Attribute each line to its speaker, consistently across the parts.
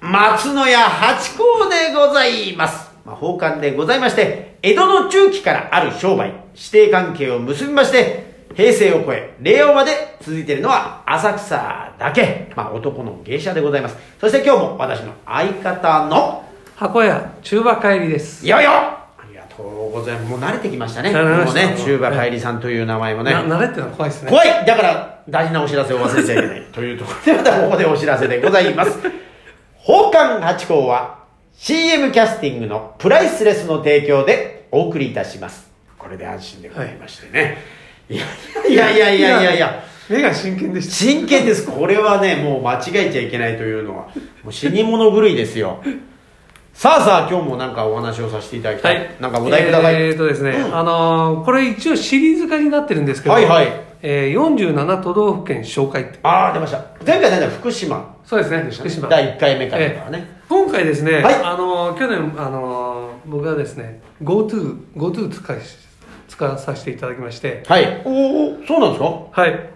Speaker 1: 松野屋八甲でございます。まあ、奉還でございまして、江戸の中期からある商売、指定関係を結びまして、平成を超え、令和まで続いているのは浅草だけ。まあ、男の芸者でございます。そして今日も私の相方の、
Speaker 2: 箱屋中馬帰りです
Speaker 1: いよいよありがとうございます。もう慣れてきましたね。
Speaker 2: 慣れま
Speaker 1: もう
Speaker 2: した
Speaker 1: ね、中馬帰りさんという名前もね。
Speaker 2: な慣れってのは怖いですね
Speaker 1: 怖いだから大事なお知らせを忘れちゃい けないというところでまたここでお知らせでございます奉還八甲は CM キャスティングのプライスレスの提供でお送りいたしますこれで安心でございましてね、い、やいやいやいやいやいや
Speaker 2: 目が真剣でし
Speaker 1: 真剣ですこれはねもう間違えちゃいけないというのはもう死に物狂いですよさあさあ今日もなんかお話をさせていただき
Speaker 2: た
Speaker 1: たい、なんかお題ください、
Speaker 2: えー、とですね、
Speaker 1: うん
Speaker 2: あのーこれ一応シリーズ化になってるんですけど、
Speaker 1: はいはい
Speaker 2: えー、47都道府県紹介って
Speaker 1: ああ出ました前回何だ福島
Speaker 2: そうですね福島
Speaker 1: 第1回目からだからね、
Speaker 2: ええ今回ですね、
Speaker 1: はい
Speaker 2: あの去年あの僕はですね GoTo GoTo 使い使わさせていただきまして
Speaker 1: はい。おお、そうなんですか
Speaker 2: はい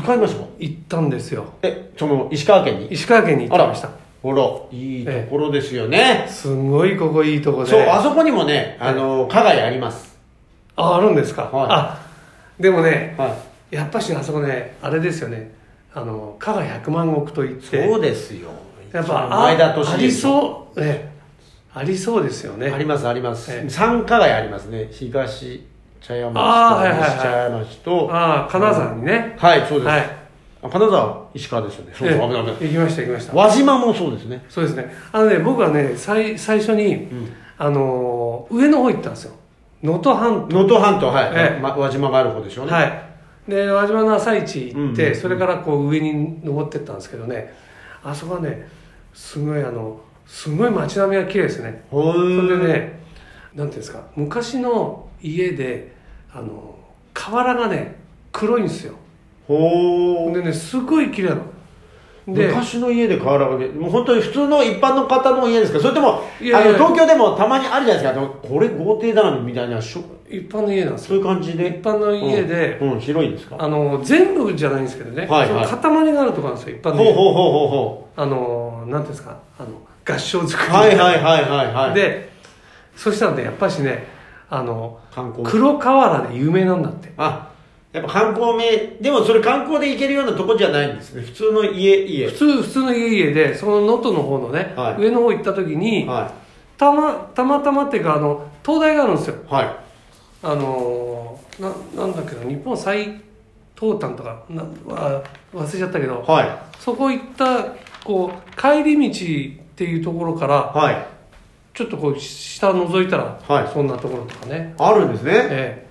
Speaker 1: 使いましたか
Speaker 2: 行ったんですよ
Speaker 1: え、その、石川県に
Speaker 2: 石川県に行ってきました
Speaker 1: ほら、いいところですよね。
Speaker 2: すんごいここいいとこで
Speaker 1: そう、あそこにもね、あの、加賀屋あります。
Speaker 2: ああるんですか、
Speaker 1: はい
Speaker 2: あでもね
Speaker 1: はい。
Speaker 2: やっぱしあそこねあれですよねあの加賀百万石と言って
Speaker 1: そうですよ。
Speaker 2: やっ
Speaker 1: その
Speaker 2: ぱあ
Speaker 1: 前田利家
Speaker 2: ありそうねありそうですよね
Speaker 1: あります、あります
Speaker 2: え。え
Speaker 1: 三加賀屋ありますね。東茶屋町と
Speaker 2: あーはいはいはい
Speaker 1: 西茶屋町と。
Speaker 2: ああ金沢にね
Speaker 1: はい、そうです。
Speaker 2: はい
Speaker 1: あ金沢、石川ですよね。そうそう、危ない危ない。
Speaker 2: ええ行きました行きました
Speaker 1: 輪島もそうですね。
Speaker 2: そうですねあのね僕はね最最初に、
Speaker 1: ん
Speaker 2: あのー上の方行ったんですよ能登半島、
Speaker 1: 能登半島、は
Speaker 2: え
Speaker 1: い。
Speaker 2: え
Speaker 1: ま輪島がある方でしょうね。
Speaker 2: はいで輪島の朝市行って、
Speaker 1: うんうん
Speaker 2: それからこう上に登ってったんですけどねあそこはねすごいあのすごい街並みが綺麗ですね
Speaker 1: ほ
Speaker 2: そ
Speaker 1: ー
Speaker 2: れでねなんていうんですか昔の家であの瓦がね黒いんですよ
Speaker 1: ほー
Speaker 2: でねすごい綺麗なので
Speaker 1: 昔の家で瓦がねもう本当に普通の一般の方の家ですかそれとも
Speaker 2: いやいや
Speaker 1: あの東京でもたまにあるじゃないですかあのこれ豪邸だなみたいなしょ
Speaker 2: 一般の家なんです
Speaker 1: そう
Speaker 2: よ
Speaker 1: いう感じ
Speaker 2: 一
Speaker 1: で
Speaker 2: 般の家で、
Speaker 1: うん、うん広いんですか
Speaker 2: あの全部じゃないんですけどね、
Speaker 1: はいはい
Speaker 2: その塊があるとこなんですよ一
Speaker 1: ほ
Speaker 2: 般
Speaker 1: う
Speaker 2: の
Speaker 1: ほう
Speaker 2: 家
Speaker 1: ほうほうほ
Speaker 2: あのなんていうんですかあの合掌造
Speaker 1: う
Speaker 2: り
Speaker 1: はいはいはいはいはい
Speaker 2: でそしたらねやっぱしねあの
Speaker 1: 観光
Speaker 2: 黒瓦で有名なんだって
Speaker 1: あやっぱ観光名でもそれ観光で行けるようなとこじゃないんですね普通の家家
Speaker 2: 普通普通の家々でその能登の方のね、
Speaker 1: はい
Speaker 2: 上の方行った時に、
Speaker 1: は
Speaker 2: たまたまたまっていうかあの灯台があるんですよ
Speaker 1: いは
Speaker 2: あのーななんだっけな日本最東端とかなあ忘れちゃったけ
Speaker 1: い
Speaker 2: ど
Speaker 1: は
Speaker 2: そこ行ったこう帰り道っていうところから
Speaker 1: いはい
Speaker 2: ちょっとこう下覗いたら、
Speaker 1: はい
Speaker 2: そんなところとかね、
Speaker 1: あるんですね
Speaker 2: ええ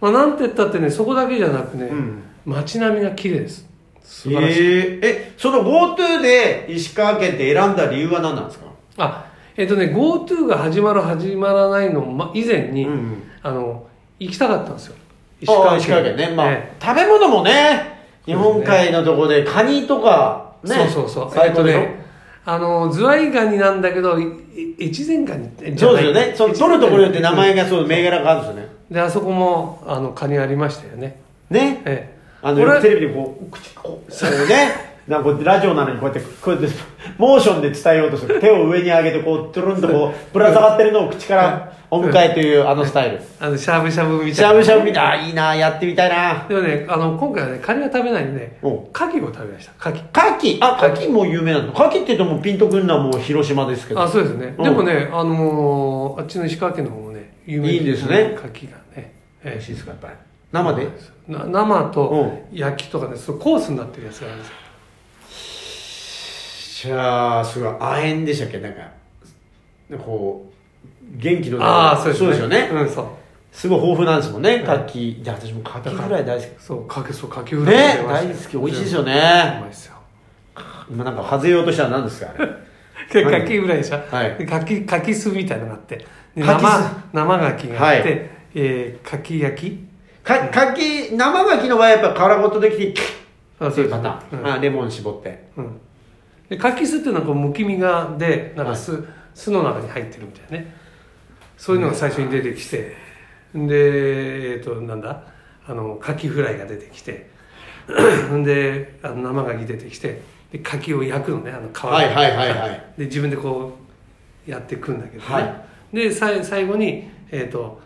Speaker 2: まあ、なんて言ったってねそこだけじゃなくね、
Speaker 1: うん
Speaker 2: 街並みが綺麗です素晴らしい、
Speaker 1: えー、えその GoTo で石川県って選んだ理由は何なんですか
Speaker 2: あえっ、とね GoTo が始まる始まらないのま以前に、
Speaker 1: ん
Speaker 2: あの行きたかったんですよ
Speaker 1: 石川石川県ね、まあ
Speaker 2: え
Speaker 1: 食べ物もね日本海のとこでカニとか
Speaker 2: え
Speaker 1: ね
Speaker 2: そうそうそう
Speaker 1: 最高でしょ、
Speaker 2: えっとねあのズワイガニなんだけどいい越前ガニってじゃ
Speaker 1: そう
Speaker 2: な
Speaker 1: で
Speaker 2: い
Speaker 1: すよねその取るところによって名前がそう銘柄があるんですよね
Speaker 2: であそこもあのカニありましたよね
Speaker 1: ね
Speaker 2: ええ
Speaker 1: あの
Speaker 2: これ
Speaker 1: よくテレビでこう口こうこうねなんかこうラジオなのにこうやってこうやってモーションで伝えようとする手を上に上げてこうトゥルンとこうぶら下がってるのを口からお迎えというあのスタイル
Speaker 2: あのしゃぶしゃぶみたいな
Speaker 1: しゃぶしゃぶみたいあいいなやってみたいな
Speaker 2: でもねあの今回はねカニは食べないんでね
Speaker 1: お
Speaker 2: カキを食べましたカキ
Speaker 1: カキあカキも有名なのカキって言うともうピンとくるのはもう広島ですけど
Speaker 2: あそうですね、
Speaker 1: うん
Speaker 2: でもねあのーあっちの石川県の方もね有
Speaker 1: いいんですね
Speaker 2: カキがね、
Speaker 1: 美
Speaker 2: え
Speaker 1: 味しいですかやっぱり生で
Speaker 2: えな生と焼きとかねそのコースになってるやつがあるんですよ
Speaker 1: じゃあすごい亜鉛でしたっけなんかこう元気の出る
Speaker 2: ああそうですね
Speaker 1: ですよね、
Speaker 2: うんそう
Speaker 1: すごい豊富なんですもんね
Speaker 2: はい
Speaker 1: 牡蠣じゃあ私も牡蠣フライ大好き
Speaker 2: そうかけそうかきフライ
Speaker 1: ね
Speaker 2: 食べました
Speaker 1: 大好き美味しいです
Speaker 2: よ
Speaker 1: よ
Speaker 2: う
Speaker 1: ね
Speaker 2: まいですよ
Speaker 1: 今なんか外れようとしたら何 ですかあれ
Speaker 2: でカキフライでしょ、
Speaker 1: はい
Speaker 2: でカキカキ酢みたいなのがあってで
Speaker 1: カキ酢
Speaker 2: 生生ガキがあって、
Speaker 1: は
Speaker 2: えー、カキ焼き
Speaker 1: か牡蠣生牡蠣の場合やっぱ殻ごとできてキュ
Speaker 2: あ
Speaker 1: ッっていうパタ
Speaker 2: う
Speaker 1: ーン、
Speaker 2: ん
Speaker 1: あレモン絞って
Speaker 2: うん、でカキ酢っていうのはこうむき身がでなんか酢,、酢の中に入ってるみたいなねそういうのが最初に出てきて、でえっ、となんだ あのカキフライが出てきてであの生ガキ出てきてで柿を焼くのねあの皮
Speaker 1: はいはいはいはい
Speaker 2: で自分でこうやっていくんだけど、ね
Speaker 1: は
Speaker 2: でさい最後に、えー、と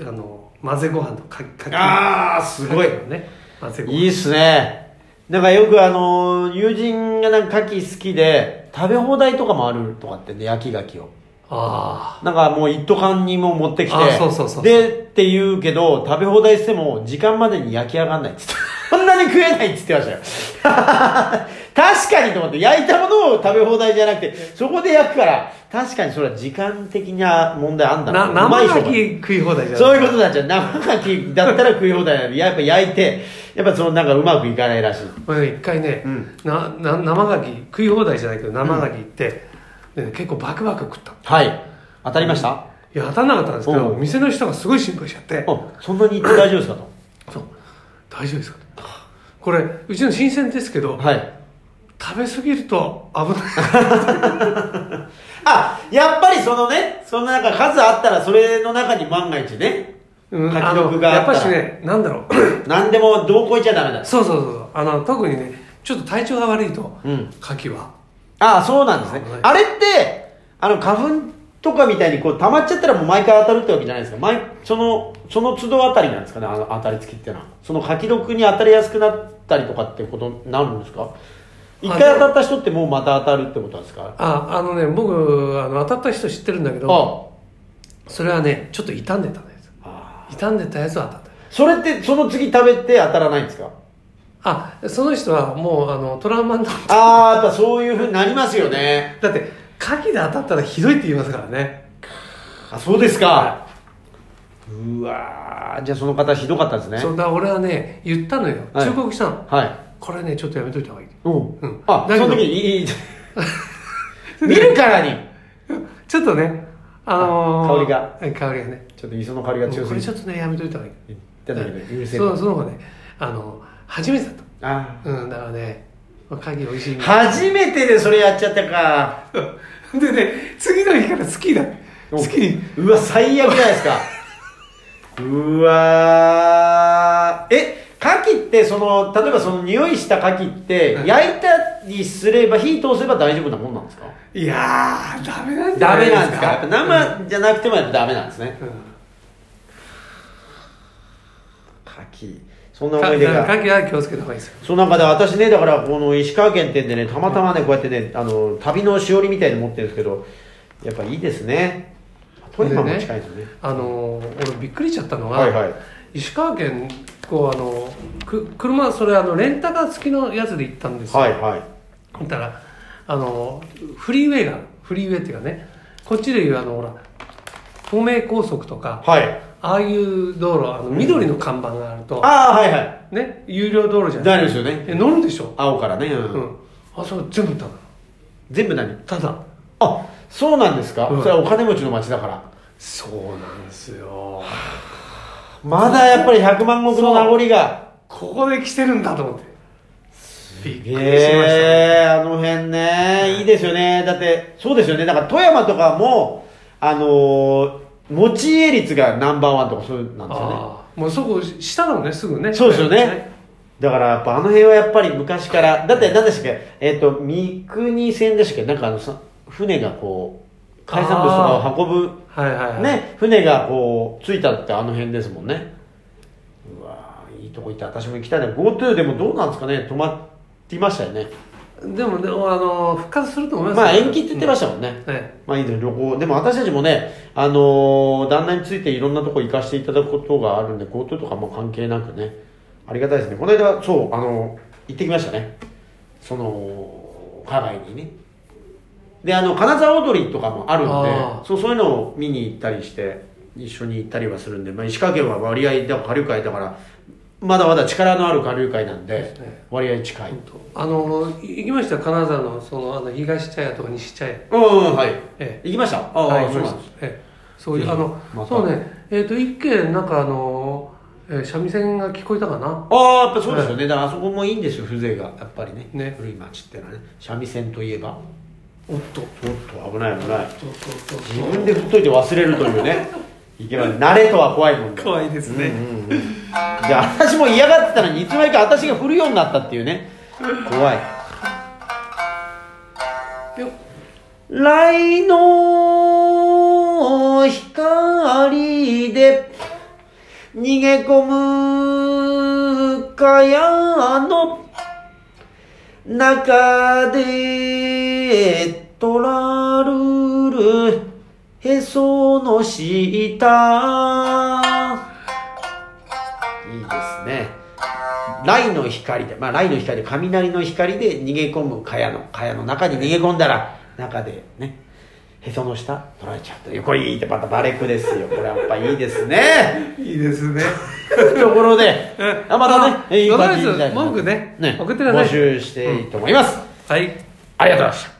Speaker 2: あの混ぜご飯とか柿
Speaker 1: あーすごい
Speaker 2: 柿のね混ぜご飯
Speaker 1: いいっすねなんかよくあの友人がなんか牡蠣好きで食べ放題とかもあるとかってね焼き牡蠣を
Speaker 2: あ
Speaker 1: なんかもう一斗缶にも持ってきて
Speaker 2: あそうそうそうそう
Speaker 1: でって言うけど食べ放題しても時間までに焼き上がんないっつってそんなに食えないっつってましたよ 確かにと思って焼いたものを食べ放題じゃなくてそこで焼くから確かにそれは時間的な問題あん
Speaker 2: あ
Speaker 1: だ
Speaker 2: な
Speaker 1: うまい
Speaker 2: 生
Speaker 1: 商
Speaker 2: 牡
Speaker 1: 売
Speaker 2: 蠣食い放題じゃん
Speaker 1: そういうことになっちゃう。生牡蠣だったら食い放題なのに、やっぱ焼いて、やっぱそのなんかうまくいかないらしい。
Speaker 2: 俺ね一回ね、
Speaker 1: うん
Speaker 2: なな生牡蠣食い放題じゃないけど生牡蠣行って、でね結構バクバク食った
Speaker 1: はい。当たりました、
Speaker 2: いや当たんなかったんですけど、
Speaker 1: うん
Speaker 2: 店の人がすごい心配しちゃって
Speaker 1: あ、そんなに言って大丈夫ですかと。
Speaker 2: そう大丈夫ですかとこれうちの新鮮ですけど、
Speaker 1: はい。
Speaker 2: 食べ過ぎると 危ない
Speaker 1: あ、やっぱりそのね、そのなんか数あったら、それの中に万が一ね、
Speaker 2: うん
Speaker 1: 書
Speaker 2: あ
Speaker 1: き
Speaker 2: の
Speaker 1: 録があ
Speaker 2: や
Speaker 1: っ
Speaker 2: ったぱ
Speaker 1: ら
Speaker 2: しねなんだろう
Speaker 1: 何でもどうこいちゃダメだ。
Speaker 2: そうそうそうそうあの特にねちょっと体調が悪いと
Speaker 1: うん
Speaker 2: 牡蠣、は
Speaker 1: あ、そうなんですね
Speaker 2: はい。
Speaker 1: あれって、あの、花粉とかみたいにこう溜まっちゃったらもう毎回当たるってわけじゃないですか。毎、その、その都度あたりなんですかね、あの当たり付きってのは。その書き毒に当たりやすくなったりとかってことになるんですか一回当たった人ってもうまた当たるってことなんですか
Speaker 2: ああのね僕あの当たった人知ってるんだけど
Speaker 1: あ
Speaker 2: それはねちょっと傷んでたんです
Speaker 1: あ。
Speaker 2: 傷んでたやつは当たった
Speaker 1: それってその次食べて当たらないんですか
Speaker 2: あその人はもうあのトラウマになっ
Speaker 1: ああ、やっぱそういうふうになりますよね。
Speaker 2: だって牡蠣で当たったらひどいって言いますからね
Speaker 1: あ、そうですか。うわーじゃあその方ひどかったですね。
Speaker 2: そんな俺はね言ったのよ
Speaker 1: はい
Speaker 2: 忠告したの、
Speaker 1: はい。
Speaker 2: これねちょっとやめといた方 がいい
Speaker 1: うん
Speaker 2: うん
Speaker 1: あ、
Speaker 2: だけ
Speaker 1: そ
Speaker 2: ど
Speaker 1: の時にいい、いい。 見るからに。
Speaker 2: ちょっとねあのー、
Speaker 1: あ
Speaker 2: 香りが香りがね
Speaker 1: ちょっと磯の香りが強
Speaker 2: こ
Speaker 1: す
Speaker 2: れ
Speaker 1: ぎ
Speaker 2: ち
Speaker 1: て。
Speaker 2: ょっとねやめといた方がいい
Speaker 1: 言ったんだけど、許せる
Speaker 2: そう。その方がねあの初めてだと
Speaker 1: あ
Speaker 2: うんだからね牡蠣美味しい
Speaker 1: ー
Speaker 2: ね
Speaker 1: 初めてでそれやっちゃったか。
Speaker 2: でね次の日からスキーだスキー
Speaker 1: うわ、最悪じゃないですか。うわー。え、牡蠣って、その、例えばその匂いした牡蠣って
Speaker 2: う、ん
Speaker 1: 焼いたりすれば、火通せば大丈夫なもんなんですか
Speaker 2: いやーダメなんじゃ
Speaker 1: ダ
Speaker 2: ない
Speaker 1: メ
Speaker 2: ですか
Speaker 1: なんですかやっぱ生じゃなくてもやっぱダメなんですね。
Speaker 2: うんうん
Speaker 1: 牡蠣。そんな
Speaker 2: か
Speaker 1: 思い出が。
Speaker 2: 牡蠣は気をつけた方がいいですよ
Speaker 1: その中で私ねだからこの石川県店でねたまたまねこうやってねあの旅のしおりみたいに持ってるんですけどやっぱいいですねトリマンも近いですね
Speaker 2: あのー俺びっくりしちゃったのが、
Speaker 1: はいはい
Speaker 2: 石川県こうあのーく車それあのレンタカー付きのやつで行ったんですよ、
Speaker 1: はいはい
Speaker 2: 行ったらあのーフリーウェイがフリーウェイっていうかねこっちでいうあのほら東名高速とか
Speaker 1: はい
Speaker 2: ああいう道路あの緑の看板があると、
Speaker 1: ああはいはい
Speaker 2: ね有料道路じゃない
Speaker 1: 大丈夫ですよね
Speaker 2: え乗るでしょ
Speaker 1: 青からね、う
Speaker 2: うんんあそれ全部ただ
Speaker 1: 全部何
Speaker 2: ただ
Speaker 1: あそうなんですか、
Speaker 2: うん
Speaker 1: それはお金持ちの町だから
Speaker 2: そうなんですよ
Speaker 1: まだやっぱり百万石の名残が
Speaker 2: ここで来てるんだと思ってびっくりしました、
Speaker 1: ええあの辺ねいいですよねだってそうですよねだから富山とかもあのー、持ち家率がナンバーワンとかそういうなんですよね
Speaker 2: ああもうそこ下なのねすぐね
Speaker 1: そうですよね。だからやっぱあの辺はやっぱり昔から、だって何でしたっけ、えっ、と、三国線でしたっけ、なんかあのさ、船がこう、海産物とかを運
Speaker 2: はいはい、はい、
Speaker 1: ぶ、ね、船がこう、着いたってあの辺ですもんね。うわーいいとこ行った、私も行きたいな。GoTo でもどうなんですかね、止まってましたよね。
Speaker 2: でもねあの復活すると思います、
Speaker 1: まあ延期って言ってましたたもんね。
Speaker 2: うんね
Speaker 1: まあいいです旅行。でも私たちもね、あのー旦那についていろんなとこ行かせていただくことがあるんで、GoTo とかも関係なくね、ありがたいですね。この間、そう、あのー行ってきましたね。その、海外にね。で、あの、金沢踊りとかもあるん
Speaker 2: あ
Speaker 1: で、
Speaker 2: ー
Speaker 1: そうそういうのを見に行ったりして、一緒に行ったりはするんで、まあ、石川県は割合、だから下流会だから、まだまだ力のある下流会なんで
Speaker 2: ですね、
Speaker 1: 割合近い。
Speaker 2: あの行きましたよ金沢のそのあの東茶屋とか西茶屋
Speaker 1: うん、うん、はい。
Speaker 2: え
Speaker 1: 行きましたああ、
Speaker 2: はい
Speaker 1: そうなんです。
Speaker 2: ええそうい
Speaker 1: ぜ
Speaker 2: う
Speaker 1: ひ
Speaker 2: あの、
Speaker 1: また
Speaker 2: そうねえっ、と一軒なんかあの、えー三味線が聞こえたかな
Speaker 1: ああやっぱそうですよね、だからあそこもいいんですよ風情がやっぱりね
Speaker 2: ね
Speaker 1: 古い町ってのはね三味線といえば
Speaker 2: おっと
Speaker 1: ちょっと危ない危ない
Speaker 2: おっとおっと
Speaker 1: 自分で振っといて忘れるという ねいけません慣れとは怖いもんね
Speaker 2: 怖いですね、
Speaker 1: じゃあ私も嫌がってたのにいつの間にか私が振るようになったっていうね怖い来の光で逃げ込む蚊帳の中でトラルルへその下いいですね雷の光でまあ雷の光で雷の光で逃げ込む蚊帳の蚊帳の中に逃げ込んだら中でねへその下取られちゃうというこれいいってまたバレクですよこれやっぱいいですね
Speaker 2: いいですね。
Speaker 1: ところで
Speaker 2: うん
Speaker 1: あまたねいい
Speaker 2: とりあ
Speaker 1: 感
Speaker 2: え
Speaker 1: じみたい
Speaker 2: ず
Speaker 1: な
Speaker 2: 文句ね送ってください
Speaker 1: 募集していいと思います、
Speaker 2: はい。
Speaker 1: ありがとうございました